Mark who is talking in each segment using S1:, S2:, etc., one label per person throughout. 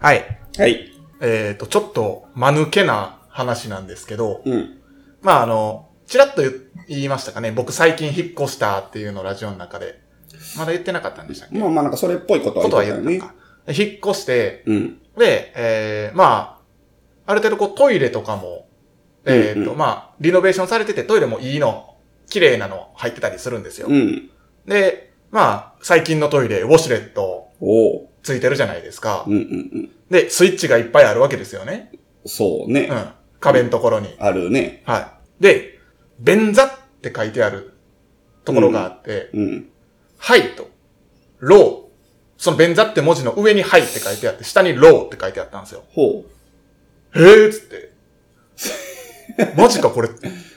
S1: はい。
S2: はい。
S1: えっ、と、ちょっと、間抜けな話なんですけど、
S2: うん。
S1: まあ、あの、ちらっと言言いましたかね。僕最近引っ越したっていうのをラジオの中で。まだ言ってなかったんでしたっけ
S2: まあまあなんかそれっぽいことは
S1: こと
S2: 言
S1: は
S2: って
S1: 言
S2: た
S1: っ
S2: よ
S1: た
S2: ね。
S1: か。引っ越して、
S2: うん。
S1: で、えー、まあ、ある程度こうトイレとかも、えっ、と、
S2: うんうん
S1: まあ、リノベーションされててトイレもいいの、綺麗なの入ってたりするんですよ。
S2: うん。
S1: で、まあ、最近のトイレ、ウォシュレット
S2: おう。
S1: ついてるじゃないですか
S2: うん。うんうん。
S1: で、スイッチがいっぱいあるわけですよね。
S2: そうね。
S1: うん。壁のところに。
S2: あるね。
S1: はい。で、便座って書いてあるところがあって、
S2: うん。
S1: はいと、ロー。その便座って文字の上にはいって書いてあって、下にローって書いてあったんですよ。
S2: ほ
S1: へーっつって。マジかこれ、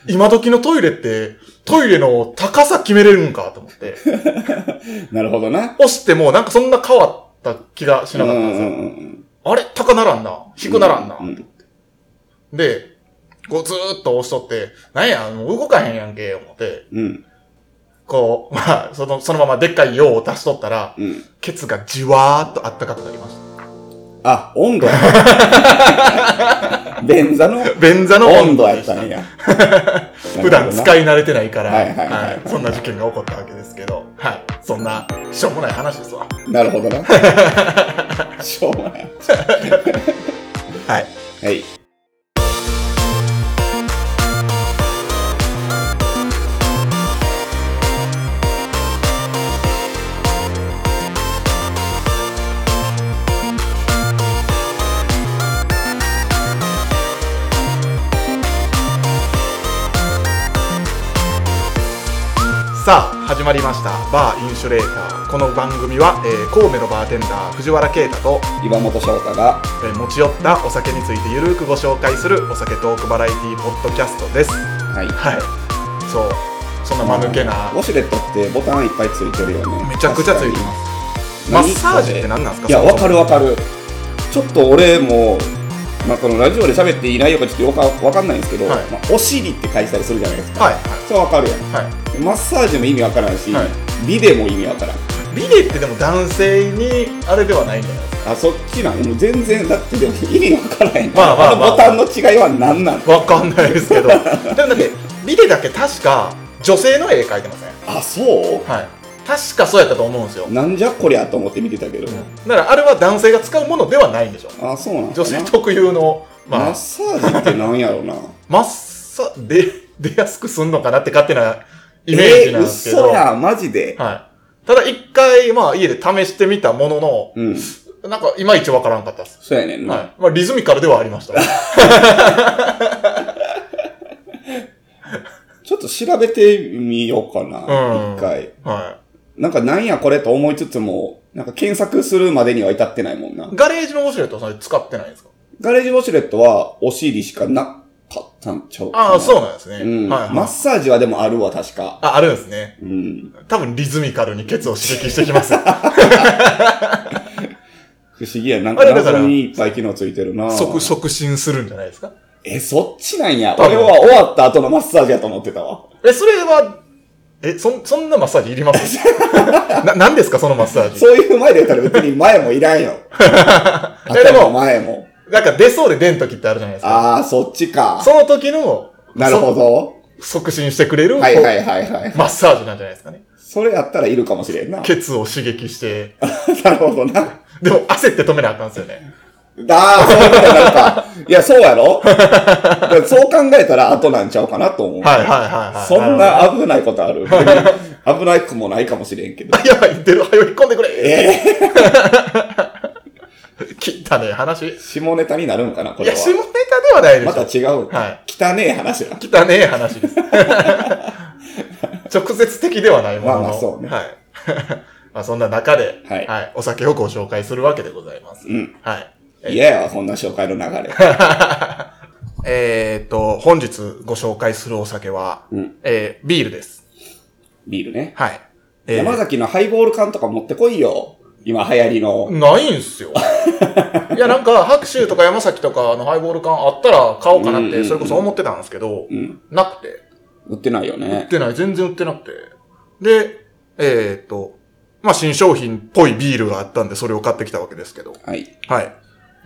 S1: 今時のトイレって、トイレの高さ決めれるんかと思って。
S2: う。なるほどな。
S1: 押してもなんかそんな変わった気がし
S2: う
S1: な
S2: んう
S1: かったんで
S2: ん
S1: す
S2: う
S1: よ。
S2: ん。
S1: あれ高ならんな。低ならんな。
S2: うんうん
S1: で、こうずーっと押しとって、なんや、もう動かへんやんけ、思って。
S2: うん。
S1: こう、まあ、その、そのままでっかい用を足しとったら、
S2: うん。
S1: ケツがじわーっとあったかくなりまし
S2: あ、温度や。 便座の
S1: た。便座の
S2: 温度や
S1: で
S2: っ
S1: した
S2: たんや。
S1: 普段使
S2: い。
S1: い慣れてないから、
S2: はいはいはい
S1: そんな事件が起こったわけですけど、はい。そんな、しょうもない話ですわ。
S2: なるほどな。しょうがない。
S1: はい。
S2: はい。
S1: さあ、始まりました。バーインシュレーター。この番組は、えー神戸のバーテンダー、藤原啓太と、
S2: 岩本翔太が、
S1: えー持ち寄ったお酒についてゆるくご紹介するお酒トークバラエティポッドキャストです。は
S2: はい。
S1: い。そう。そんな間抜けな
S2: ウォ。シュレットってボタンいっぱいついてるよね。
S1: めちゃくちゃついて
S2: す。
S1: ます。マッ
S2: 何
S1: サージって何なんですか
S2: いや、
S1: そも
S2: わ
S1: そも
S2: かるわかる。ちょっと俺も、まあ、このラジオで喋っていないよかちょっとよかわかんないんですけど、
S1: はい
S2: まあ、お尻って書いてたりするじゃないですか。
S1: はい
S2: それはわかるや
S1: はい。はい。
S2: ん。マッサージも意味わからんし、
S1: はい
S2: ビデも意味わからん。
S1: ビデってでも男性にあれではないんじゃないです
S2: あ、そっちなんもう全然、だってでも意味わからへん。
S1: まあまあまあ
S2: のボタンの違いは何なん
S1: かわかんないです けどでもだってビデだけ確か女性の絵描いてません
S2: あ、そ
S1: はい確かそうやったと思うんですよ、
S2: うなんじゃこりゃと思って見てたけど。
S1: だからあれは男性が使うものではないんでしょ
S2: あ、そうなんか
S1: 女
S2: な
S1: 性特有のま
S2: マ
S1: あ
S2: ッサージってなんやろうな。
S1: マッサで出やすくすんのかなって勝手な イメージなんですけ
S2: えー
S1: ど、
S2: 嘘や、マジで。
S1: はい、ただ一回まあ家で試してみたものの
S2: うん。
S1: なんかいまいちわからんかったです、
S2: そうやねんな。
S1: はいまあ、リズミカルではありました
S2: ちょっと調べてみようかな、
S1: うん
S2: 一回。
S1: はい
S2: なんかなんやこれと思いつつも、なんか検索するまでには至ってないもんな。
S1: ガレージのウォシュレットはそれ使ってないんですか
S2: ガレージウォシュレットはお尻しかなかったんちゃう
S1: ああ、そう
S2: う。
S1: なんですね。
S2: うん、
S1: はいはい
S2: マッサージはでもあるわ、確か。
S1: あ、あるんですね。
S2: うん。
S1: 多分リズミカルにケツを刺激してき ますよ。
S2: 不思議や。な
S1: あ
S2: んか
S1: れだから
S2: 謎にいっぱい機能ついてるな。
S1: 即、促進するんじゃないですか
S2: え、そっちなんや。
S1: 多分
S2: 俺は終わった後のマッサージやと思ってた わ。
S1: え、それは、え、そん、そんなマッサージいります な、なんですかそのマッサージ。
S2: そういう前で言ったら別に前もいらんよ。
S1: えでも
S2: 後も前も。
S1: なんか出そうで出ん時ってあるじゃないですか。
S2: ああ、そっちか。
S1: その時の、
S2: なるほど。
S1: そ促進してくれる、
S2: はいはい
S1: こ
S2: はいは
S1: う
S2: い。
S1: マッサージなんじゃないですかね。
S2: それやったらいるかもしれんな。
S1: ケツを刺激して、
S2: なるほどな。
S1: でも焦って止めなあかんですよね。
S2: ああ、そういうことやなんか。いや、そう やろだからそう考えたら後なんちゃうかなと思う。
S1: はいはいはいはい。
S2: そんな危ないことある。 危ないくもないかもしれんけど。
S1: あやばい、出る、早い、込んでくれ。
S2: ええ
S1: 切ったね、話。
S2: 下ネタになるのかな、こ
S1: い
S2: れ
S1: や、下ネ
S2: は。
S1: タではないでしょ。
S2: また違う。
S1: はい
S2: 汚ねえ話だ。
S1: 汚ねえ話 です。直接的ではないものの。
S2: まあまあそうね
S1: はい。 まあそんな中で、
S2: はい
S1: お酒をご紹介するわけでございます。
S2: うん。
S1: はい。え
S2: いやや、こんな紹介の流れ。
S1: えーっと、本日ご紹介するお酒は、
S2: うん
S1: えービールです。
S2: ビールね。
S1: はい。えー
S2: 山崎のハイボール缶とか持ってこいよ。今流行りの。
S1: ないん すよ。いや、なんか、白州とか山崎とかのハイボール缶あったら買おうかなっ
S2: うんうんう
S1: て、
S2: ん
S1: それこそ思ってたんですけど、
S2: うん。
S1: なくて。
S2: 売ってない
S1: 売
S2: よ
S1: っ
S2: ね。
S1: てない。全然売ってなくて。で、えーっと、まあ、新商品っぽいビールがあったんで、それを買ってきたわけですけど。
S2: はい。
S1: はい。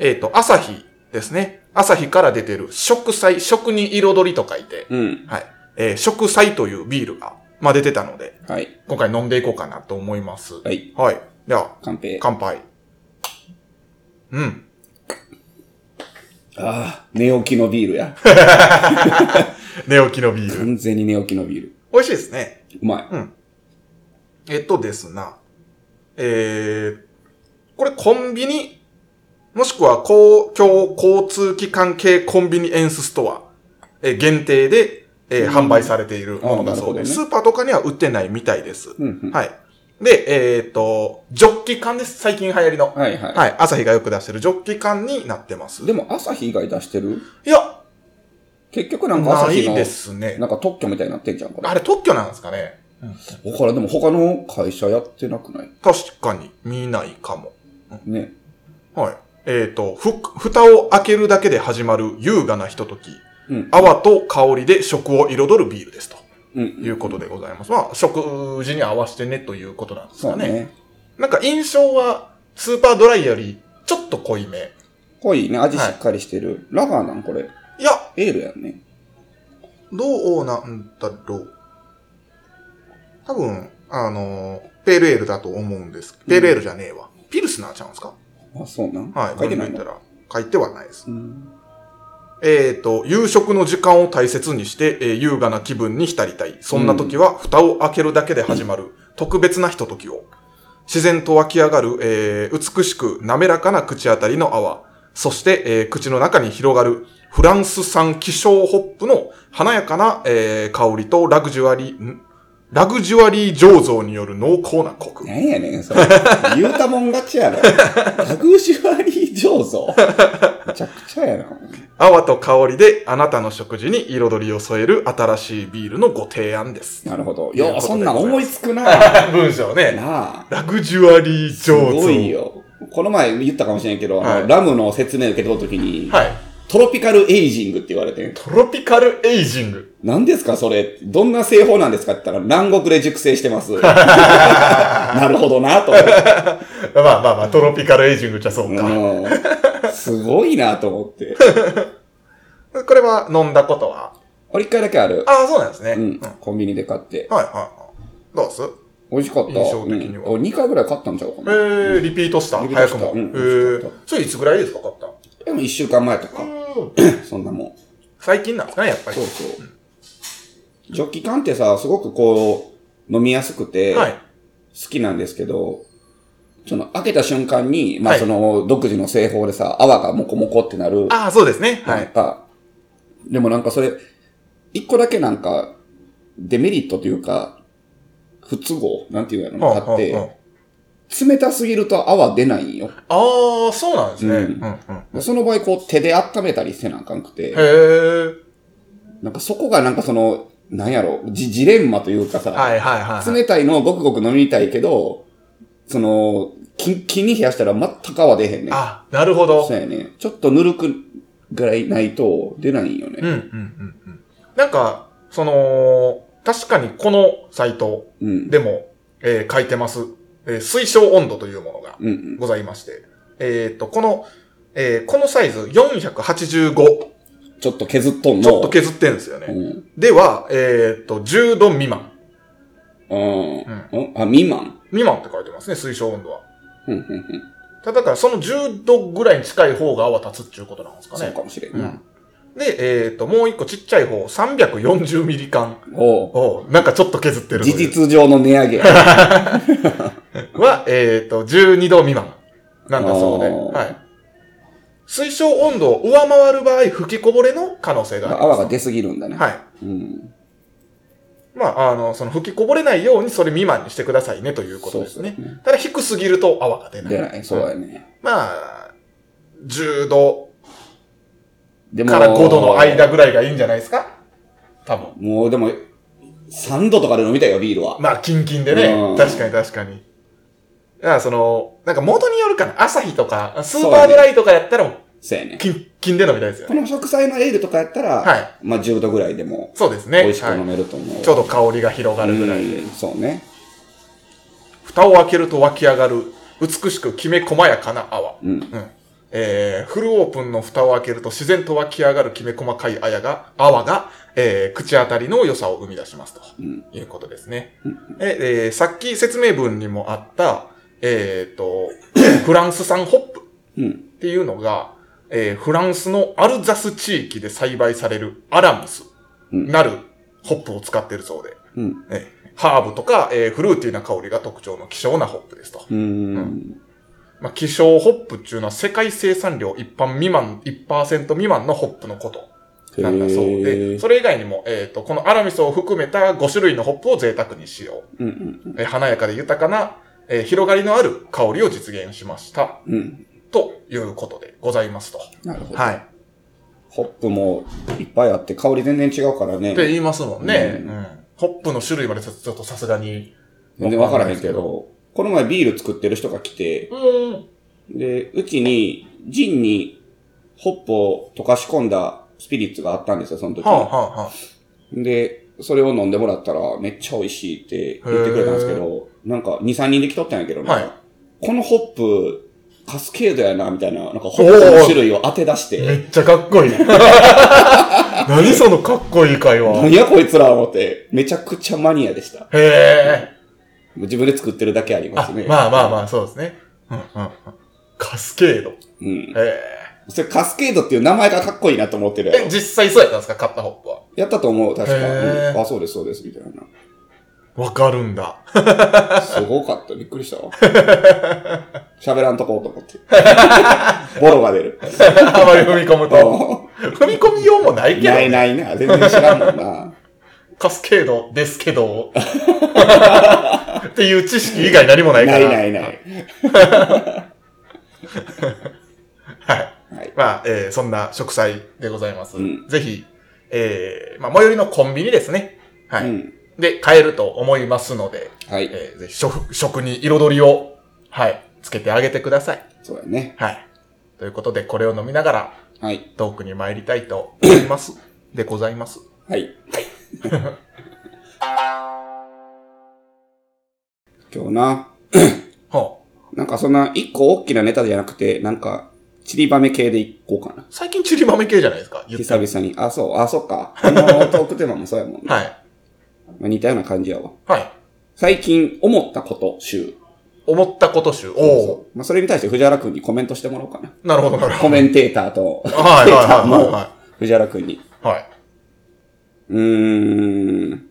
S1: えっ、と、朝日ですね。朝日から出てる、食彩、食に彩りと書いて、
S2: うん。
S1: はい。えー食彩というビールが、まあ、出てたので、
S2: はい。
S1: 今回飲んでいこうかなと思います。
S2: はい。
S1: はい。では、
S2: 乾杯。あ
S1: 乾杯。うん。
S2: あー、寝起きのビールや。
S1: 寝起きのビール。
S2: 完全に寝起きのビール。
S1: 美味しいですね。
S2: うまい。
S1: えっとですな。えー、これコンビニ、もしくは公共交通機関系コンビニエンスストア、えー限定で、えー
S2: うん
S1: 販売されているものだそう
S2: あなるほど
S1: で
S2: ね
S1: す、スーパーとかには売ってないみたいです。
S2: うん、うん。
S1: はい。で、えっと、ジョッキ缶です。最近流行りの。
S2: はい、は
S1: はい。朝日がよく出してるジョッキ缶になってます。
S2: い。でも、朝日以外出してる
S1: いや、
S2: 結局なんか
S1: な
S2: 朝
S1: い
S2: 日の、
S1: ですね。
S2: なんか特許みたいになってんじゃん、これ。
S1: あれ特許なんですかね
S2: だからでも他の会社やってなくない
S1: 確かに見ないかも。
S2: ね。
S1: はい。えっ、と、ふ、蓋を開けるだけで始まる優雅なひととき、
S2: うん。
S1: 泡と香りで食を彩るビールですと
S2: うん。
S1: いうことでございます。まあ、食事に合わせてねということなんです
S2: そ
S1: か
S2: う
S1: ね。
S2: ね。
S1: なんか印象は、スーパードライよりちょっと濃いめ。
S2: 濃いね、味しっかりしてる。ラガーなんこれ。
S1: いや、
S2: エールやんね。
S1: どうなんだろう。多分、あの、ペールエールだと思うんです。ペールエールじゃねえわ。ピルスナーちゃうんですか
S2: あ、そうなん。
S1: はい。
S2: 書いてない
S1: 文面見
S2: の
S1: たら書いてはないです。
S2: うん。
S1: えー、と、夕食の時間を大切にして、えー優雅な気分に浸りたい。そんな時は、蓋を開けるだけで始まる、特別なひとときを。自然と湧き上がる、えー美しく滑らかな口当たりの泡。そして、えー口の中に広がる、フランス産希少ホップの華やかな、えー香りとラグジュアリー、んラグジュアリー醸造による濃厚なコク。
S2: なんやねん、それ。言うたもん勝ちやろ。ラグジュアリー醸造。めちゃくちゃやな。
S1: 泡と香りであなたの食事に彩りを添える新しいビールのご提案です。
S2: なるほど。
S1: ということでございま
S2: よう、
S1: す
S2: そんなん思い つくな。な
S1: 文章ね
S2: あ。
S1: ラグジュアリー
S2: す
S1: 上手。
S2: ごいよ。この前言ったかもしれんけど、あの
S1: はい
S2: ラムの説明受け取った時に、
S1: はい。
S2: トロピカルエイジングって言われて、
S1: トロピカルエイジング。
S2: 何ですかそれどんな製法なんですかって言ったら、南国で熟成し てます。なるほどな、と思って。
S1: まあまあまあ、トロピカルエイジングじゃそうか。
S2: うんすごいなと思って。
S1: これは飲んだことは
S2: 俺一回だけある。
S1: ああ、そうなんですね。
S2: う
S1: うん
S2: ん
S1: はい。
S2: コンビニで買って。
S1: はいはい。どうです
S2: 美味しかった。
S1: 印象的には
S2: うん俺2回ぐらい買ったんちゃうか
S1: え
S2: な。
S1: ー、リピートした。
S2: リピート
S1: 早
S2: し
S1: く
S2: た
S1: も。
S2: う
S1: え
S2: ん
S1: ー、それいつぐらいですか、買ったの
S2: でも1週間前とか。そんなもん。
S1: 最近なんですかね、やっぱり。
S2: そうそう。ジョッキ缶ってさ、すごくこう、飲みやすくて、
S1: は
S2: 好
S1: い。
S2: きなんですけど、その、開けた瞬間に、まあ
S1: はい
S2: その、独自の製法でさ、泡がモコモコってなる。
S1: ああ、そうですね。は
S2: なん
S1: い。
S2: か、でもなんかそれ、一個だけなんか、デメリットというか、不都合なんていうの
S1: はあ
S2: があっ
S1: はあは
S2: て、冷たすぎると泡出ないんよ。
S1: ああー、そうなんですね。
S2: うん
S1: うんうん。
S2: その場合こう手で温めたりせなあかんく
S1: へ
S2: て、
S1: え。
S2: なんかそこがなんかその、なんやろ、ジジレンマというかさ、
S1: はいはいはいはい。
S2: 冷たいのをごくごく飲みたいけど、その、キンキンに冷やしたら全く泡出へんねん。
S1: あ、なるほど。
S2: そうやね。ちょっとぬるくぐらいないと出ないんよ
S1: うん
S2: ね。
S1: うんうんうん。なんか、その、確かにこのサイト、
S2: うん。
S1: でも、えー書いてます、えー推奨温度というものが
S2: うんうん。
S1: ございまして、えっと、この、えーこのサイズ485、ち
S2: ちょっと削っとんの。
S1: ょっと削ってるんですよね。
S2: うん。
S1: では、えっと、10度未満。
S2: うん。うんあ、未満。
S1: 未満って書いてますね、推奨温度は。
S2: うんうんうん。
S1: ただだから、その10度ぐらいに近い方が泡立つっていうことなんですか
S2: そう
S1: ね。
S2: かもしれんな。
S1: で、えっと、もう一個ちっちゃい方、340ミリ缶
S2: おう
S1: を、なんかちょっと削ってるという
S2: 事実上の値 上げ。は
S1: は、えっ、と、12度未満なんだそうで、
S2: あー
S1: はい。推奨温度を上回る場合、吹きこぼれの可能性がありま
S2: 泡
S1: す。
S2: が出すぎるんだね。
S1: はい。
S2: うん。
S1: まあ、あの、その吹きこぼれないようにそれ未満にしてくださいねということですね。
S2: そうそう
S1: ただ、低すぎると泡が出ない。
S2: 出ない。そうやね。
S1: まあ、10度
S2: で
S1: から5度の。間ぐらいがいいんじゃないですか多分。
S2: もうでも、3度とかで飲みたいよ、ビールは。
S1: まあ、キンキンで
S2: う
S1: ね。
S2: ん
S1: 確かに確かに。だからその、なんか元によるかな。朝日とか、スーパードライとかやったらもう、
S2: そうやね。
S1: キンキンで飲みたいですよ
S2: こ
S1: ね。
S2: の食材のエールとかやったら、
S1: はい
S2: まあ10度ぐらいでも、
S1: そうですね。
S2: 美味しく
S1: はい
S2: 飲めると思う。
S1: ちょうど香りが広がるぐらいで。
S2: うんそうね。
S1: 蓋を開けると湧き上がる美しくきめ細やかな泡。
S2: うん。
S1: うん。えーフルオープンの蓋を開けると自然と湧き上がるきめ細かい泡が、泡が、えー口当たりの良さを生み出しますと
S2: うん。
S1: いうことですね
S2: う。
S1: ええーさっき説明文にもあった、えっ、と、 フランス産ホップ
S2: うん。
S1: っていうのが、えーフランスのアルザス地域で栽培されるアラムス
S2: うん
S1: なるホップを使ってるそうで、
S2: うん。
S1: えーハーブとか、えーフルーティーな香りが特徴の希少なホップですと。
S2: うん。
S1: まあ、希少ホップっていうのは世界生産量一般未満、1%未満のホップのことなんだそう
S2: へ
S1: で、
S2: ー
S1: それ以外にも、えっ、と、このアラミスを含めた5種類のホップを贅沢に使用。
S2: うんうん
S1: えー華やかで豊かな、えー広がりのある香りを実現しました。
S2: うん。うん。
S1: ということでございますと。
S2: なるほど。
S1: はい。
S2: ホップもいっぱいあって、香り全然違うからね
S1: っ。て言いますもんね。
S2: う
S1: うんん。ホップの種類までちょちょっとさすがに。
S2: 全然わからへんけど、この前ビール作ってる人が来て、
S1: うん。
S2: で、うちに、ジンに、ホップを溶かし込んだスピリッツがあったんですよ、その時。
S1: はあ、はあはあ、
S2: で、それを飲んでもらったら、めっちゃ美味しいって言ってくれたんですけど、なんか2、3人で来とったんやけどね、
S1: はい
S2: このホップ、カスケードやな、みたいな、なんかホップの種類を当て出して、
S1: めっちゃかっこ いい。何そのかっこいい会話。
S2: 何やこいつら思って、めちゃくちゃマニアでした。
S1: へえ。
S2: 自分で作ってるだけありま
S1: あ
S2: すね。、
S1: まあまあ
S2: あ。
S1: まあ、そうですね。うんうんうん。カスケード。へ
S2: うん。
S1: え。
S2: それカスケードっていう名前がかっこいいなと思ってるや
S1: え、
S2: ろ。
S1: 実際そうやったんですか買ったホップは。
S2: やったと思う、確か。
S1: へー
S2: うんあ、そうです、そうです、みたいな。
S1: わかるん だ。
S2: すごかった、びっくり したわ。喋らんとこうと思って。ボロが 出る。
S1: あまり踏み込む と。
S2: うん
S1: 踏み込みようもないけど
S2: な
S1: ね、
S2: いないな。全然知らんもんな。
S1: カスケードですけど。 っていう知識以外何もないか
S2: な
S1: ら。
S2: いな いない。
S1: はい。
S2: はい。
S1: まあ、えーそんな植栽でございます。
S2: うん
S1: ぜひ、えーまあ、最寄りのコンビニですね。はい。
S2: うん。
S1: で、買えると思いますので、
S2: はい。
S1: えーぜひ食、食に彩りを、はい、つけてあげてください。
S2: そうやね。
S1: はい。ということで、これを飲みながら、
S2: はい。
S1: トークに参りたいと思い ます。でございます。
S2: はい。今日な、
S1: はあ、
S2: なんかそんな一個大きなネタじゃなくて、なんか、ちりばめ系でいこうかな。
S1: 最近ちりばめ系じゃないですか。言って
S2: 久々に。あ、そう、あ、そっか。あのトークテーマもそうやもんね。
S1: はい。
S2: まあ似たような感じやわ。
S1: はい。
S2: 最近思ったこと、週。
S1: 思ったこと集。お
S2: そう
S1: お
S2: そうまあ、それに対して藤原くんにコメントしてもらおうかな。
S1: うなるほど、なるほ
S2: コメンテーターと、
S1: ど。はい、はい、はい
S2: もう
S1: は
S2: 藤原くんに。
S1: い、はい。はいう
S2: ーん。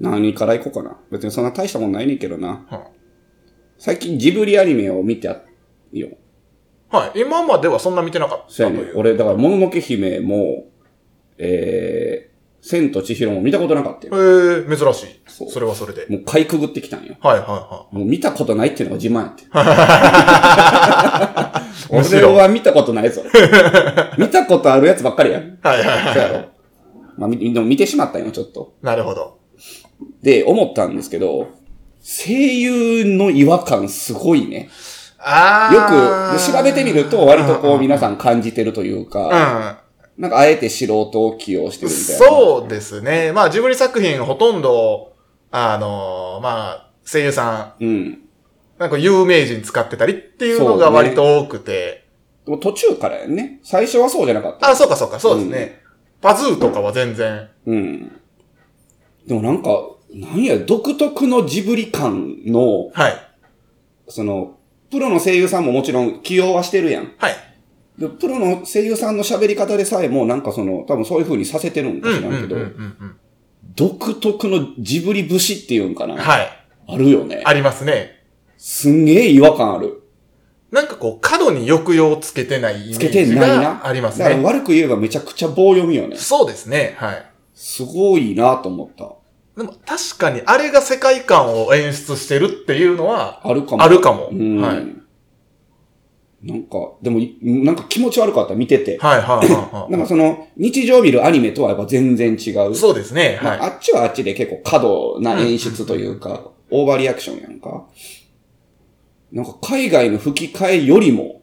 S2: 何からいこうかな。別にそんな大したもんないねんけどな。
S1: は
S2: 最近ジブリアニメを見てあよ。
S1: あはい。今まではそんな見てなかった
S2: そうや
S1: と
S2: ね
S1: い
S2: ん。
S1: う。
S2: 俺、だから、もののけ姫も、えー、千と千尋も見たことなかったよ。
S1: えー、珍しい。
S2: そう
S1: それはそれで。
S2: もう買いくぐってきたんよ。
S1: はいはいは
S2: もう見たことないっていうのが自慢や って。
S1: むし
S2: 俺
S1: ろ
S2: は見たこ とないぞ。見たことあるやつばっかりやん。
S1: い。はいはい
S2: そ
S1: は
S2: うや
S1: い。
S2: ろ。まあ、みでも見てしまったんよ、ちょっと。
S1: なるほど。
S2: で、思ったんですけど、声優の違和感すごいね。
S1: あ
S2: よ
S1: ー
S2: く、で調べてみると、割とこう皆さん感じてるというか、
S1: う
S2: なんかあえて素人を起用して
S1: ん。
S2: るみたいな。
S1: そうですね。まあ、ジブリ作品ほとんど、あのー、まあ、声優さ
S2: う。うん。
S1: ん、なんか有名人使ってたりっていうの
S2: そ
S1: が
S2: うね
S1: 割と多くて。
S2: でも途中からやんね。最初はそうじゃなかった。
S1: あ、そうかそうか、そうですね。パズーとかは全然。
S2: うん。でもなんか、なんや、独特のジブリ感の、
S1: はい。
S2: その、プロの声優さんももちろん起用はしてるやん。
S1: はい。
S2: でプロの声優さんの喋り方でさえもなんかその、多分そういう風にさせてるん
S1: う
S2: か
S1: ん
S2: 知
S1: う
S2: ら
S1: んうん
S2: んけど、
S1: うん
S2: 独特のジブリ節っていうんか
S1: うん。
S2: な。
S1: はい。
S2: あるよね。
S1: ありますね。
S2: すんげえ違和感ある。
S1: なんかこう、角に抑揚をつけてないイメ
S2: つけて
S1: ージ
S2: ないな。
S1: があります
S2: だから
S1: ね。
S2: 悪く言えばめちゃくちゃ棒読みよね。
S1: そうですね。はい。
S2: すごいなと思った。
S1: でも確かにあれが世界観を演出してるっていうのは
S2: あるかも。
S1: あるかも。
S2: うん。
S1: はい。
S2: なんか、でも、いなんか気持ち悪かった、見てて。
S1: はいはいはい
S2: なん
S1: は
S2: かその、日常見るアニメとはやっぱ全然違う。
S1: い。そうですね。
S2: ま
S1: はい
S2: あ。あっちはあっちで結構過度な演出というか、オーバーリアクションやんか。なんか海外の吹き替えよりも、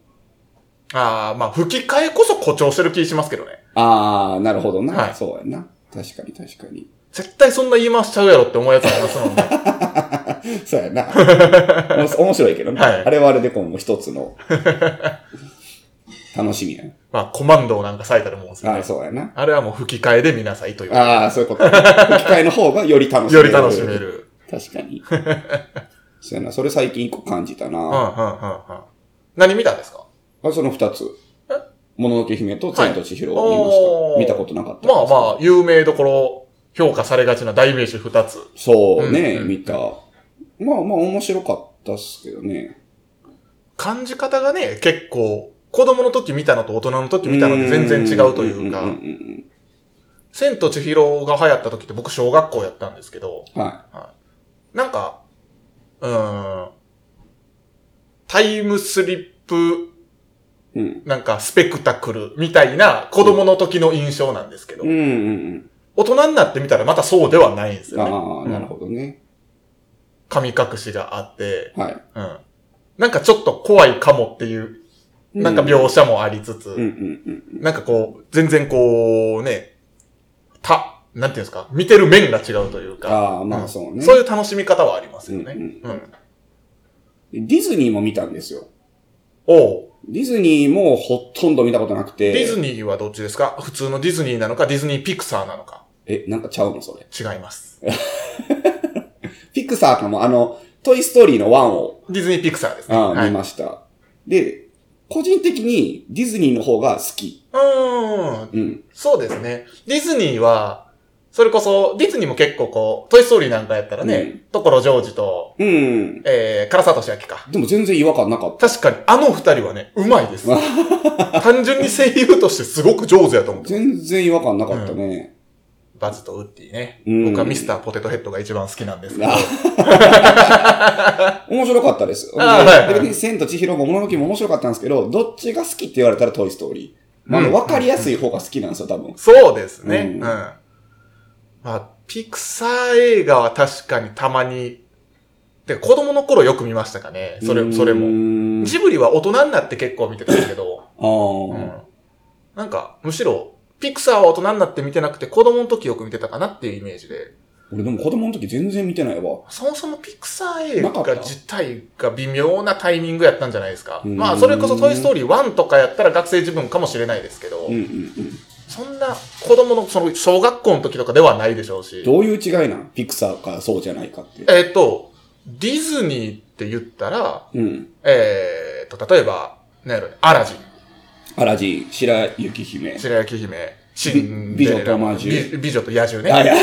S1: ああ、まあ吹き替えこそ誇張してる気しますけどね。
S2: あー、なるほどな。
S1: はい
S2: そうやな。確かに確かに。
S1: 絶対そんな言い回しちゃうやろって思うやつありますもんね。
S2: そうやな。面白いけどね。
S1: はい
S2: あれはあれでこうもう一つの。楽しみやね。
S1: まあ、コマンドをなんか最たるもんですよ
S2: あ
S1: ね
S2: あ、。そうやな。
S1: あれはもう吹き替えで見なさいという。
S2: ああ、そういうこと。吹き替えの方がより楽しめ
S1: よ
S2: る。
S1: り楽しめ。る。
S2: 確かに。そうやな。それ最近一個感じ た
S1: うん、うん、うん、う
S2: な。
S1: ん。何見たんですか
S2: あ、その二つ
S1: え。
S2: もののけ姫と千と千尋を見まし
S1: おー
S2: た。見たことなかった。
S1: まあまあ、有名どころ、評価されがちな代名詞二つ。
S2: そうね、
S1: うん
S2: 見た。まあまあ面白かったっすけどね。
S1: 感じ方がね、結構、子供の時見たのと大人の時見たので全然違うという
S2: うんうん
S1: か、
S2: うんうん
S1: 千と千尋が流行った時って僕小学校やったんですけど、
S2: うんは
S1: なんか、うーん、タイムスリップ、
S2: い。うん。
S1: なんかスペクタクルみたいな子供の時の印象なんですけど
S2: うん、うん
S1: 大人になってみたらまたそうではないんです
S2: うん。
S1: よね。
S2: ああ、なるほどね。
S1: 神隠しがあって、
S2: はい。
S1: うん。なんかちょっと怖いかもっていう、なんか描写もありつつ、
S2: うんうんうん。
S1: なんかこう、全然こう、ね、た、なんていうんですか、見てる面が違うというか、
S2: ああ、まあそうね。
S1: そういう楽しみ方はありますよね。
S2: う
S1: うんん。
S2: ディズニーも見たんですよ。
S1: おう
S2: ディズニーもほとんど見たことなくて。
S1: ディズニーはどっちですか普通のディズニーなのか、ディズニーピクサーなのか。
S2: え、なんかちゃうのそれ。
S1: 違います。
S2: ピクサーかも、あの、トイストーリーの1を、
S1: ディズニーピクサーですね。
S2: あー
S1: はい、
S2: 見ました。で、個人的にディズニーの方が好き。
S1: うーん。
S2: うん。
S1: そうですね。ディズニーは、それこそ、ディズニーも結構こう、トイストーリーなんかやったら
S2: うん
S1: ね、ところジョージと、
S2: うん。
S1: えー、唐沢俊明か。
S2: でも全然違和感なかった。
S1: 確かに、あの二人はね、うまい です。単純に声優としてすごく上手やと思う。
S2: 全然違和感なかったね。
S1: バズとウッディね。
S2: うん
S1: 僕はミスターポテトヘッドが一番好きなんですけど。
S2: あ面白かったです。
S1: あーはいはい
S2: で別に千と千尋ももののけも面白かったんですけど、どっちが好きって言われたらトイストーリー。まああの、
S1: うん
S2: わかりやすい方が好きなんですよ、多分。
S1: そうですね。
S2: うん
S1: うん。まあ、ピクサー映画は確かにたまに、で、子供の頃よく見ましたかね。それ、それも。
S2: も
S1: ジブリは大人になって結構見てたんですけど。
S2: ああ。
S1: なんか、むしろ、ピクサーは大人になって見てなくて、子供の時よく見てたかなっていうイメージで。
S2: 俺でも子供の時全然見てないわ。
S1: そもそもピクサー映
S2: なかった
S1: 画自体が微妙なタイミングやったんじゃないですか。
S2: うん
S1: まあ、それこそトイストーリー1とかやったら学生自分かもしれないですけど、
S2: うんうんうん。
S1: そんな子供の、その、小学校の時とかではないでしょうし。
S2: どういう違いなんピクサーかそうじゃないかって。
S1: えっ、と、ディズニーって言ったら、
S2: うん。
S1: えっ、と、例えば、なんやろね、アラジン、
S2: アラジン、白雪姫。
S1: 白雪姫、シン
S2: び
S1: デ
S2: 美
S1: レ
S2: 女と
S1: ラ、
S2: 野獣
S1: び美女と野獣ね。
S2: あ、いや、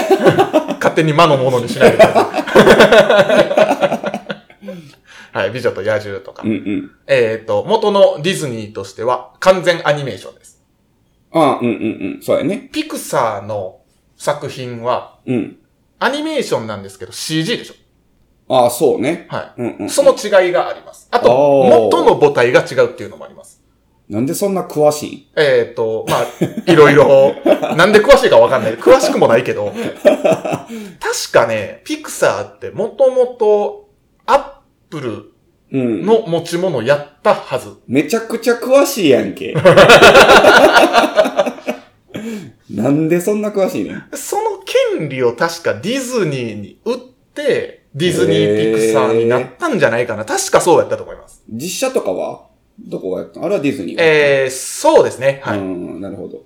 S1: 勝手に魔のものにしないでく だ さい。はい、美女と野獣とか。
S2: うんうん。
S1: えっ、と、元のディズニーとしては完全アニメーションです。
S2: あうんうんうん。そうやね。
S1: ピクサーの作品は
S2: うん。
S1: アニメーションなんですけど CG でしょ。
S2: ああ、そうね。
S1: は
S2: うんうん
S1: い。。その違いがあります。あと、
S2: おー
S1: 元の母体が違うっていうのもあります。
S2: なんでそんな詳しい
S1: えっ、と、まあ、 いろいろ、なんで詳しいかわかんない。詳しくもないけど、確かね、ピクサーってもともとアップル
S2: うん。
S1: の持ち物やったはず。
S2: めちゃくちゃ詳しいやん け。なんでそんな詳しいねん。
S1: その権利を確かディズニーに売って、ディズニーピクサーになったんじゃないかな。確かそうやったと思います。
S2: 実写とかはどこがやったのあれはディズニー。
S1: えー、そうですね。はい。
S2: うん、なるほど。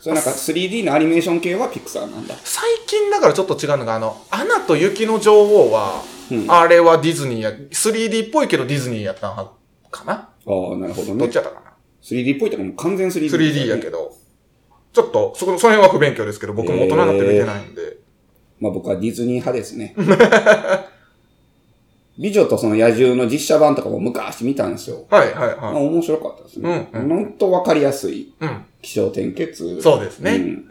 S2: それなんか 3D のアニメーション系はピクサーなんだ。
S1: 最近だからちょっと違うのが、あの、アナと雪の女王は、
S2: うん
S1: あれはディズニーや、3D っぽいけどディズニーやったんはかな
S2: ああ、なるほど
S1: どっ
S2: ね
S1: ち。やったかな
S2: 3D っぽいとかもう完全 3D。
S1: ?3D やけ。ど。ちょっと、そこの、その辺は不勉強ですけど、僕も大人になって見てないんで。
S2: まあ僕はディズニー派です ね。美女とその野獣の実写版とかも昔見たんですよ。
S1: はいはい
S2: まあ
S1: はい。
S2: 面白かったですね。
S1: う
S2: ほ
S1: ん
S2: んとわかりやすい。
S1: うん。
S2: 気象転結。
S1: そうですね。うんん。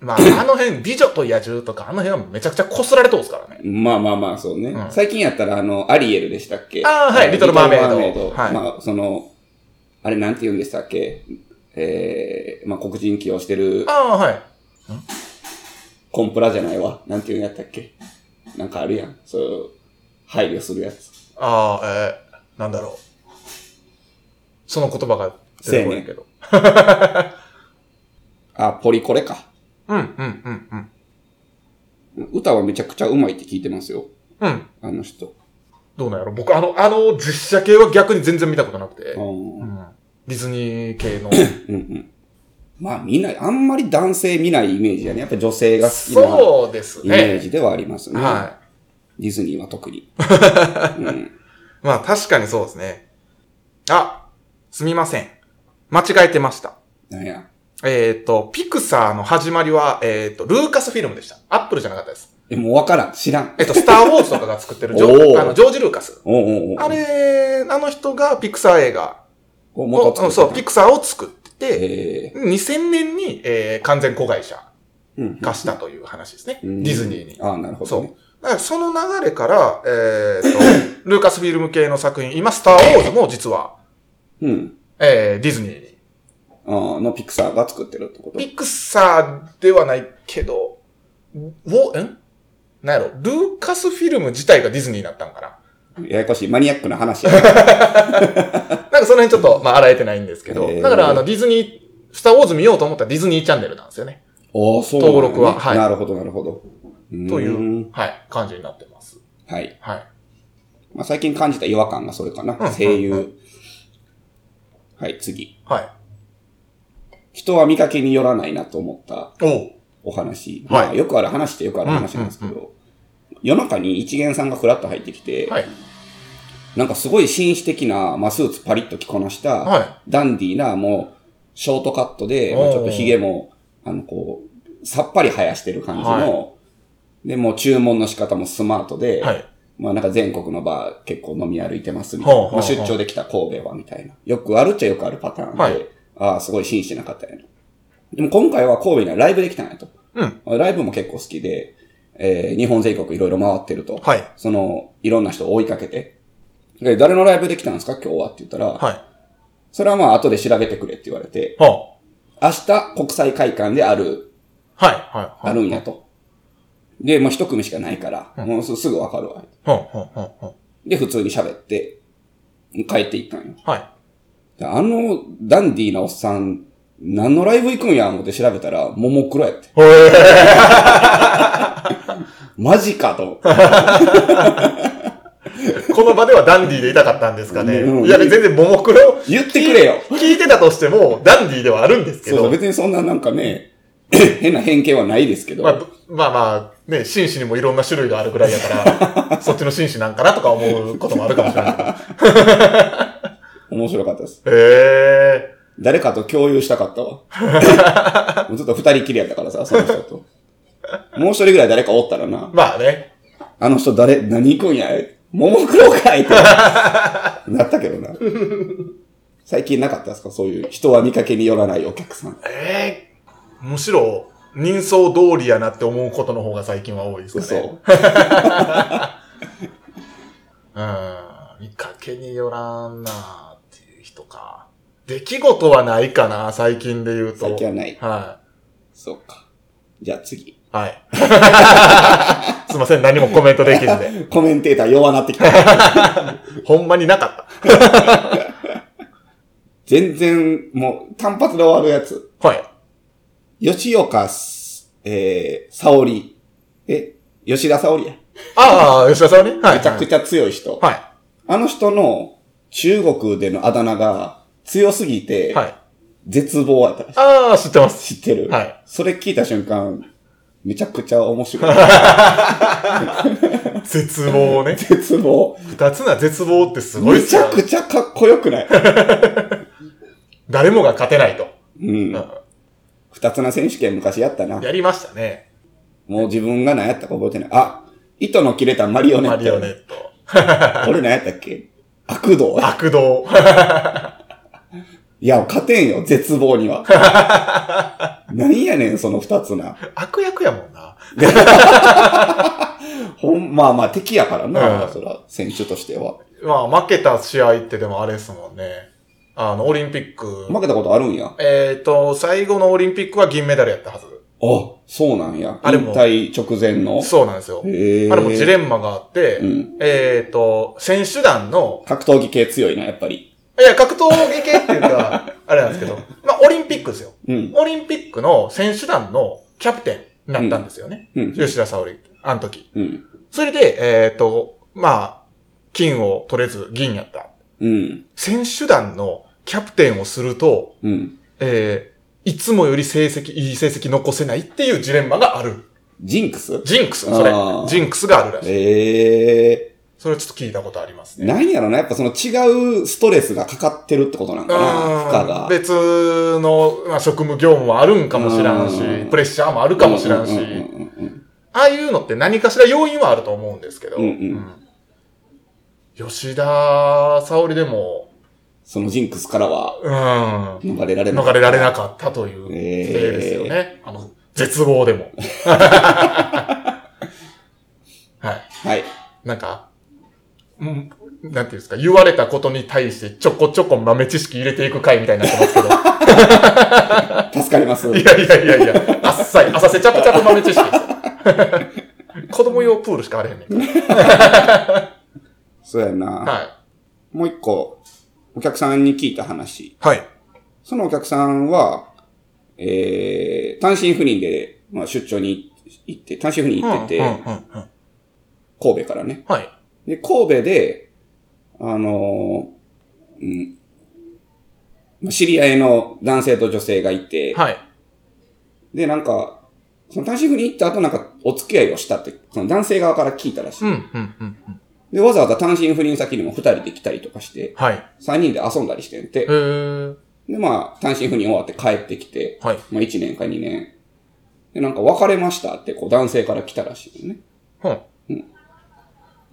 S1: まあ、 あの辺、美女と野獣とか、あの辺はめちゃくちゃこすられとうすからね。
S2: まあまあまあ、そうね。
S1: うん
S2: 最近やったら、あの、アリエルでしたっけ
S1: あーはいリトルマーメイド
S2: リ
S1: はい
S2: まあ、その、あれなんて言うんでしたっけえー、まあ黒人起用してる
S1: ああ、はい。
S2: コンプラじゃないわ。なんて言うんやったっけなんかあるやん。そういう、配慮するやつ。
S1: ああ、えー、なんだろう。その言葉が出てこないけど。
S2: あ、ポリコレか。
S1: うん、うん、うん、うん。
S2: 歌はめちゃくちゃうまいって聞いてますよ。
S1: うん。
S2: あの人。
S1: どうなんやろ僕、あの、あの実写系は逆に全然見たことなくて。
S2: あー
S1: うん。ディズニー 系の。
S2: うんうん。まあ見ない、あんまり男性見ないイメージやね。やっぱ女性が好きな
S1: そうです
S2: イメー
S1: ね。
S2: ジではありますね。
S1: は
S2: ディズニーは 特に。うん、
S1: い。まあ確かにそうですね。あ、すみません。間違えてました。
S2: なんや。
S1: えっ、と、ピクサーの始まりは、えっ、と、ルーカスフィルムでした。アップルじゃなかったです。
S2: え、もうわからん。知らん。
S1: えっ、と、スターウォーズとかが作ってるジ
S2: お
S1: ョ
S2: ー
S1: あのジョージ・ルーカス。
S2: おうおうおう
S1: あれ、あの人がピクサー映画
S2: こう
S1: を、
S2: 元
S1: うんそう、ピクサーを作ってて、
S2: え
S1: 2000年に、えー完全子会社
S2: ーうん
S1: 化したという話ですね。
S2: うん
S1: ディズニーに。
S2: ああ、なるほど、
S1: そ
S2: ね。
S1: う。だからその流れから、えー、 と、ルーカスフィルム系の作品、今、スター・ウォーズも実は、
S2: そう。うん。
S1: えー、ディズニーに。
S2: あーのピクサーが作ってるってこと
S1: ピクサーではないけど、もう、んなんやろ、ルーカスフィルム自体がディズニーになったんかな。
S2: ややこしい。マニアックな 話やな。
S1: なんかその辺ちょっと、まあ、洗えてないんですけど、
S2: へー
S1: だから、あの、ディズニー、スター・ウォーズ見ようと思ったらディズニーチャンネルなんですよね。
S2: おーそうなんやね
S1: 登録ははい
S2: なるほど、なるほど。
S1: と
S2: と
S1: いう、。はい、感じになってます。
S2: はい。
S1: はい。
S2: まあ、最近感じた違和感がそれかな。
S1: うん
S2: 声
S1: うんう
S2: 優。はい、次。
S1: はい。
S2: 人は見かけによらないなと思った
S1: おう。
S2: お話。
S1: はい
S2: まあ、よくある話ってよくある話なんですけど、夜中に一元さんがフラッと入ってきて、
S1: はい。
S2: なんかすごい紳士的な、まあ、スーツパリッと着こなした、
S1: は
S2: ダンディーな、もう、ショートカットで、
S1: おー
S2: まあ、ちょっとヒゲも、あの、こう、さっぱり生やしてる感じの、
S1: は
S2: で、もう注文の仕方もスマートで、
S1: い。はい。
S2: まあなんか全国のバー結構飲み歩いてますみたいな。
S1: ほうほうほう
S2: まあ、出張できた神戸はみたいな。よくあるっちゃよくあるパターンで、
S1: はい
S2: ああ、すごい紳士な方やな。でも今回は神戸にはライブできたんやと。
S1: うん。
S2: ライブも結構好きで、えー日本全国いろいろ回ってると。
S1: はい。
S2: その、いろんな人を追いかけて。で誰のライブできたんですか今日はって言ったら、
S1: はい。
S2: それはまあ後で調べてくれって言われて、
S1: は
S2: 明日国際会館である、
S1: あ。はい。はい。
S2: あるんやと。で、もう一組しかないから、もうすすぐわかるわ。
S1: はんはんはんはん
S2: で、普通に喋って、帰っていったんよ。
S1: はい。
S2: であの、ダンディーなおっさん、何のライブ行くんや思って調べたら、ももクロやって。
S1: ほえ
S2: マジかと。
S1: ー この場ではダンディーでいたかったんですかね。
S2: うん
S1: いや、全然ももクロ
S2: 言ってくれよ。
S1: 聞いてたとしても、ダンディーではあるんですけ
S2: そうそう、
S1: ど、
S2: 別にそんななんかね、 変な偏見はないですけど。
S1: まあ、ぶまあまあ、ね、紳士にもいろんな種類があるくらいや から、そっちの紳士なんかなとか思うこともあるかもしれないけど。
S2: 面白かったです。
S1: へ
S2: 誰かと共有したかったわ。もうずっと二人きりやったからさ、その人と。もう一人ぐらい誰かおったらな
S1: ー。、まあね。
S2: あの人誰、何行くんや、ももクロかいってなったけどな。最近なかったですかそういう人は見かけによらないお客さん。
S1: ええむしろ、人相通りやなって思うことの方が最近は多いですかね。
S2: 嘘。
S1: うん見かけによらんなあっていう人か。出来事はないかな、最近で言うと。
S2: 最近はない。
S1: は
S2: そうか。じゃあ次。
S1: い。はい。すいま せん、何もコメントできずで。
S2: コメンテーター弱なってきた。
S1: ほんまになかっ
S2: 全然、もう、単発で終わるやつ。
S1: た。はい。
S2: 吉岡す、えー、沙織。え、吉田沙織や。
S1: ああ、吉田さんはね。はい。
S2: めちゃくちゃ強い人。
S1: は
S2: あの人の中国でのあだ名が強すぎ
S1: い。
S2: て、
S1: はい。
S2: 絶望やったらしい
S1: ああ、知ってます。
S2: 知ってる
S1: はい
S2: それ聞いた瞬間、めちゃくちゃ面白い。
S1: 絶望をね。
S2: 絶望。
S1: 二つな絶望ってすごい
S2: め
S1: っす
S2: ち
S1: よ
S2: ゃくちゃかっこよくない
S1: 誰もが勝てないと。
S2: うん
S1: う。ん
S2: 二つな選手権昔やったな。
S1: やりましたね。
S2: もう自分が何やったか覚えてない。あ、糸の切れたマリオネッ
S1: マ
S2: ト。
S1: リオネット。
S2: これ何やったっけ悪道。
S1: 悪道。
S2: いや、勝てんよ、絶望 には。何やねん、その二つな。
S1: 悪役やもんな。
S2: ほん、まあまあ敵やからな、
S1: うん
S2: そら、選手としては。
S1: まあ、負けた試合ってでもあれですもんね。あの、オリンピック。
S2: 負けたことあるんや。
S1: えっ、と、最後のオリンピックは銀メダルやったはず。
S2: あ、そうなんや。
S1: あれ
S2: 引
S1: も
S2: 退直前の。
S1: そうなんですよ。
S2: へえ
S1: あれもジレンマがあって、
S2: うん
S1: えっ、と、選手団の、
S2: 格闘技系強いな、やっぱり。
S1: いや、格闘技系っていう か、あれなんですけど、まあ、オリンピックですよ。
S2: うん。
S1: オリンピックの選手団のキャプテンになったんですよね。
S2: うん。
S1: 吉田沙織、あの時。
S2: うん。
S1: それで、えっ、と、まあ、金を取れず銀やった。
S2: うん。
S1: 選手団のキャプテンをすると、
S2: うん。
S1: えー、いつもより成績、いい成績残せないっていうジレンマがある。
S2: ジンクス
S1: ジンクス、それ
S2: あー。
S1: ジンクスがあるらしい。
S2: ええ
S1: それはちょっと聞いたことあります
S2: ー。
S1: ね。
S2: 何やろな、やっぱその違うストレスがかかってるってことなんかな、負荷
S1: うん
S2: が。
S1: 別の、まあ、職務業務もあるんかもしらんし
S2: う、ん
S1: プレッシャーもあるかもしらんし、
S2: ううんうん
S1: ああいうのって何かしら要因はあると思うんですけど、
S2: うんうん
S1: 吉田沙織でも、
S2: そのジンクスからは
S1: うん、
S2: 逃れられない。
S1: 逃れられなかったという、
S2: えー
S1: 例ですよね。あの、絶望でも。 はい。
S2: はい。
S1: なんか、うん、なんていうんですか、言われたことに対してちょこちょこ豆知識入れていく回みたいになってますけ ど。
S2: 助かります。
S1: いやいやいやいや、あっさり、浅瀬ちゃぷちゃぷ豆知識 です。子供用プールしかあれへんねんか
S2: そうや
S1: ら。
S2: な。
S1: はい。
S2: もう一個、お客さんに聞いた話。
S1: はい。
S2: そのお客さんは、えー、単身赴任で、まあ、出張に行って、単身赴任行ってて、
S1: うんうんうんうん
S2: 神戸からね。
S1: はい。
S2: で、神戸で、あのーうんまあ、知り合いの男性と女性がいて、
S1: はい。
S2: で、なんか、その単身赴任行った後なんかお付き合いをしたって、その男性側から聞いたらしい。
S1: うん、うん、うん。うん
S2: で、わざわざ単身赴任先にも二人で来たりとかして、
S1: はい。
S2: 三人で遊んだりしてんて
S1: へ、ー。
S2: で、まあ、単身赴任終わって帰ってきて、
S1: はい。
S2: まあ、1年か2年。で、なんか別れましたって、こう、男性から来たらしいのね。
S1: ほん。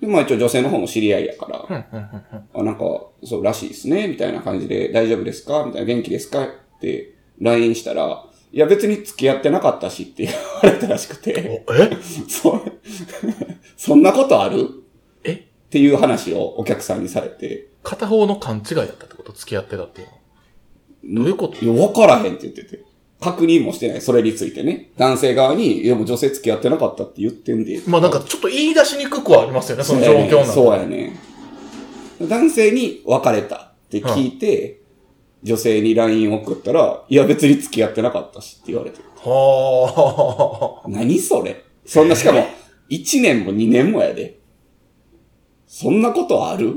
S2: で、まあ一応女性の方も知り合いやから、
S1: うん、うん、うんうん。
S2: あ、なんか、そうらしいですね、みたいな感じで、大丈夫ですかみたいな、元気ですかって LINE したら、いや別に付き合ってなかったしって言われたらし くて、
S1: おえ
S2: そ、 そんなことある
S1: え
S2: っていう話をお客さんにされて、
S1: 片方の勘違いだったってこと付き合ってたっていうの。どういうこと
S2: いや、わからへんって言ってて。確認もしてない、それについてね。男性側に、いやもう女性付き合ってなかったって言ってんで。
S1: まあなんかちょっと言い出しにくくはありますよね、その状況なんて
S2: そうやね。男性に別れたって聞いて、女性に LINE 送ったら、いや別に付き合ってなかったしって言われてる。
S1: は
S2: 何それそんな、しかも、1年も2年もやで。そんなことある
S1: あ。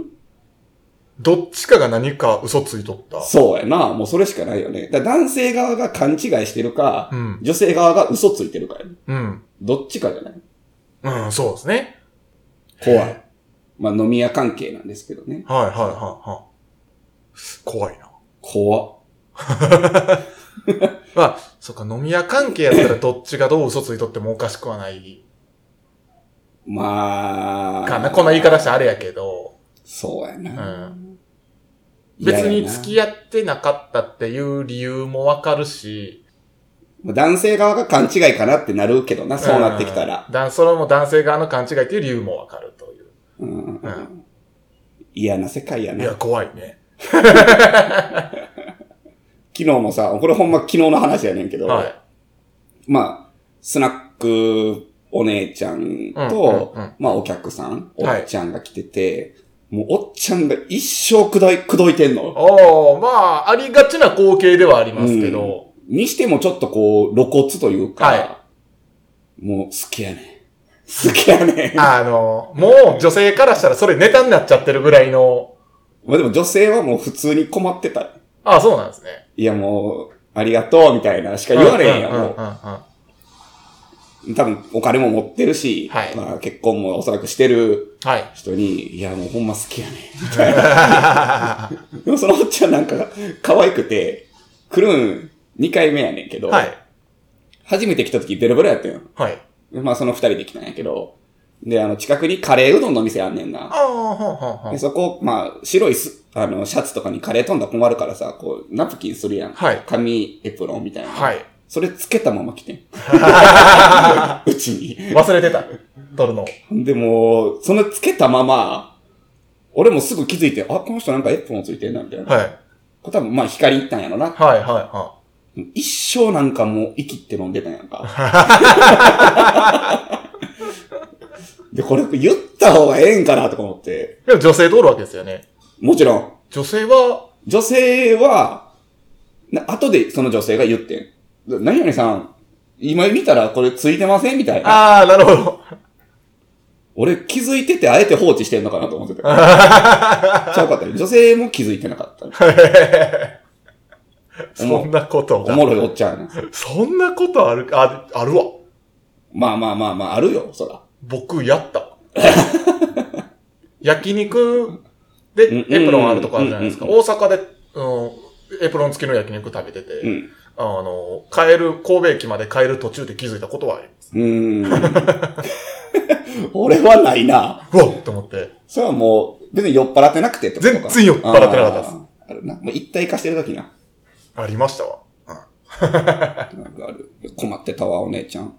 S1: どっちかが何か嘘ついとった。
S2: そうやな。もうそれしかないよね。だから男性側が勘違いしてるか、
S1: うん
S2: 女性側が嘘ついてるかやね。
S1: うん。
S2: どっちかじゃない
S1: うん、そうですね。
S2: 怖い。まあ飲み屋関係なんですけどね。
S1: はいはいはいはい。怖いな。
S2: 怖っ
S1: まあ、そっか、飲み屋関係やったらどっちがどう嘘ついとってもおかしくはない
S2: まあ。
S1: かな。こんな言い方したらあれやけど、
S2: そうや
S1: う
S2: な。
S1: ん。別に付き合ってなかったっていう理由もわかるし、
S2: 合男性側が勘違いかなってなるけどな、そうなってきたら
S1: うん。。だそれも男性側の勘違いっていう理由もわかるという。
S2: うん
S1: うん
S2: 嫌な世界や
S1: い
S2: な。
S1: や、
S2: 昨
S1: 怖いね。
S2: 日もさ、これほんま昨日の話やねんけど、
S1: はい。
S2: まあ、スナックお姉ちゃんと、
S1: うんうんうん
S2: まあお客さん、お
S1: はい
S2: っちゃんが来てて、もうおっちゃんが一生くどい、くどいてんの。
S1: おおまあ、ありがちな光景ではありますけど、
S2: にしてもちょっとこう、露骨というか、
S1: は
S2: もう好きやねん。好きやねん。
S1: あの、もう女性からしたらそれネタになっちゃってるぐらいの、
S2: まあでも女性はもう普通に困ってた。
S1: ああ、そうなんですね。
S2: いやもう、ありがとうみたいなしか言われへんやん、
S1: ううう
S2: も
S1: んうんうん
S2: う。多分お金も持ってるし、
S1: はい
S2: まあ結婚もおそらくしてる
S1: はい。
S2: 人に、いやもうほんま好きやねん、みたいな。でも そのおっちゃんなんか可愛くて、クルーン2回目やねんけど、
S1: はい。
S2: 初めて来た時ベロベロやったんよ。
S1: はい。
S2: でまあその2人で来たんやけど、で、あの近くにカレーうどんの店あんねん
S1: あ
S2: な。
S1: あ、ほんほんほ
S2: で
S1: ん。
S2: そこ、まあ、白いす、あの、シャツとかにカレー飛んだら困るからさ、こう、ナプキンするやん。
S1: はい
S2: 紙エプロンみたいな。
S1: はい。
S2: それつけたまま来てん。うちに。
S1: 忘れてた。撮るの。
S2: でもう、そのつけたまま、俺もすぐ気づいて、あ、この人なんかエプロンついてんな、みたいな。
S1: はい。
S2: これ多分まあ光いったんやろな。
S1: はい、はい、は
S2: 一生なんかもう息って飲んでたんやんか。 で、これ言った方がええんかなとか思って。
S1: い。でも女性通るわけですよね。
S2: もちろん、
S1: 女性は、
S2: 女性は、な後でその女性が言ってん。何々さん、今見たらこれついてませんみたいな。
S1: ああ、なるほど。
S2: 俺気づいててあえて放置してんのかなと思 ってた。ちゃうかったよ。女性も気づいてなかった。
S1: そんなこと
S2: お
S1: が
S2: もろいおっちゃんやな。
S1: そんなことあるか、あ、あるわ。
S2: まあまあまあまあ、あるよ、そら。
S1: 僕、や った。焼肉で
S2: うん
S1: エプロンあるとこあるじゃないですか。
S2: うん
S1: 大阪で、うん、エプロン付きの焼肉食べてて、
S2: うん。
S1: あの、帰る、神戸駅まで帰る途中で気づいたことはあります。
S2: うーん。 俺はないな。
S1: うわっと思って。
S2: それはもう、別に酔っ払ってなくてってことか。
S1: 全然酔っ払ってなかったです
S2: あー。あるな。もう一体化してる時な。
S1: ありましたわ。
S2: なんかある。困ってたわ、お姉ちゃん。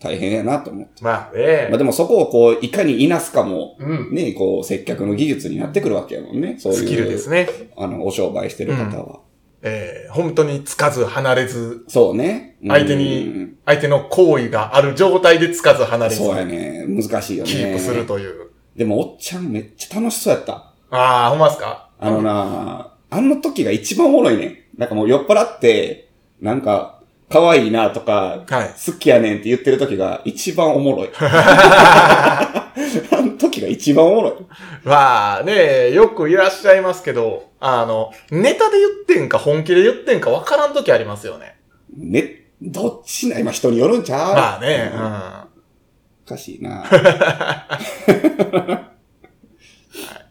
S2: 大変やなと思って。
S1: まあね
S2: まあ。でもそこをこう、いかにいなすかも、
S1: うん。
S2: ね、こう、接客の技術になってくるわけやもんね。そういう。
S1: スキルですね。
S2: あの、お商売してる方は。
S1: えー、本当につかず離れず、
S2: そうね。
S1: 相手
S2: うん
S1: に、相手の行為がある状態でつかず離れず、
S2: そうやね。難しいよね。
S1: キープするという。
S2: でも、おっちゃんめっちゃ楽しそうやった。
S1: ああ、ほんまっすか
S2: あのなあの時が一番おもろいね。なんかもう酔っ払って、なんか、可愛いなとか、
S1: はい。
S2: 好きやねんって言ってる時が一番おも ろい。あの時が一番おもろい。
S1: まあね、よくいらっしゃいますけど、あの、ネタで言ってんか本気で言ってんかわからん時ありますよね。
S2: ね、どっちな、今人によるんちゃう
S1: まあね、
S2: う
S1: うんん。
S2: おかしい な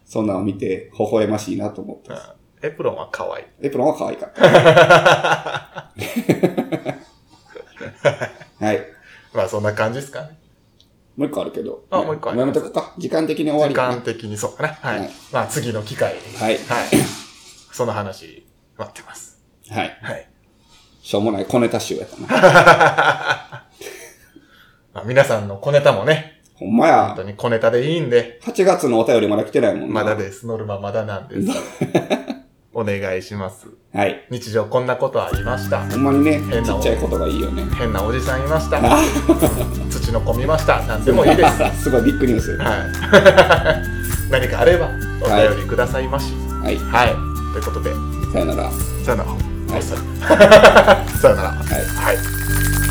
S2: そんなのを見て、微笑ましいなと思ってます。
S1: エプロンは可愛い。
S2: エプロンは可愛 かった。はい。
S1: まあそんな感じですかね。
S2: もう一個あるけど。
S1: あもう一個あり
S2: や
S1: ま
S2: め
S1: す
S2: とくか。時間的に終わ
S1: 時
S2: りかな
S1: 間的にそうかな。は
S2: はい
S1: い。まあ次の機会に。
S2: はい
S1: はい。その話、待ってます。
S2: はい。
S1: はい。
S2: しょうもない小ネタ集やったな。
S1: まあ、皆さんの小ネタもね、
S2: ほんま
S1: 本当
S2: や。
S1: に小ネタでいいんで、
S2: 8月のお便りまだ来てないもんな。
S1: まだです。ノルマまだなん です。お願いします。
S2: はい。
S1: 日常こんなことありました。
S2: ほんまにね、
S1: 変
S2: ち
S1: な
S2: っちゃいことがいいよね。
S1: 変なおじさんいました。土の込みました。なんでもいいです。 は。
S2: すごいビッグニュース。はい
S1: 何かあれば、お便りくださいまし。
S2: い。
S1: はい。ということで、
S2: さよなら。
S1: さよなら。
S2: い
S1: さよなら。
S2: はい
S1: はい。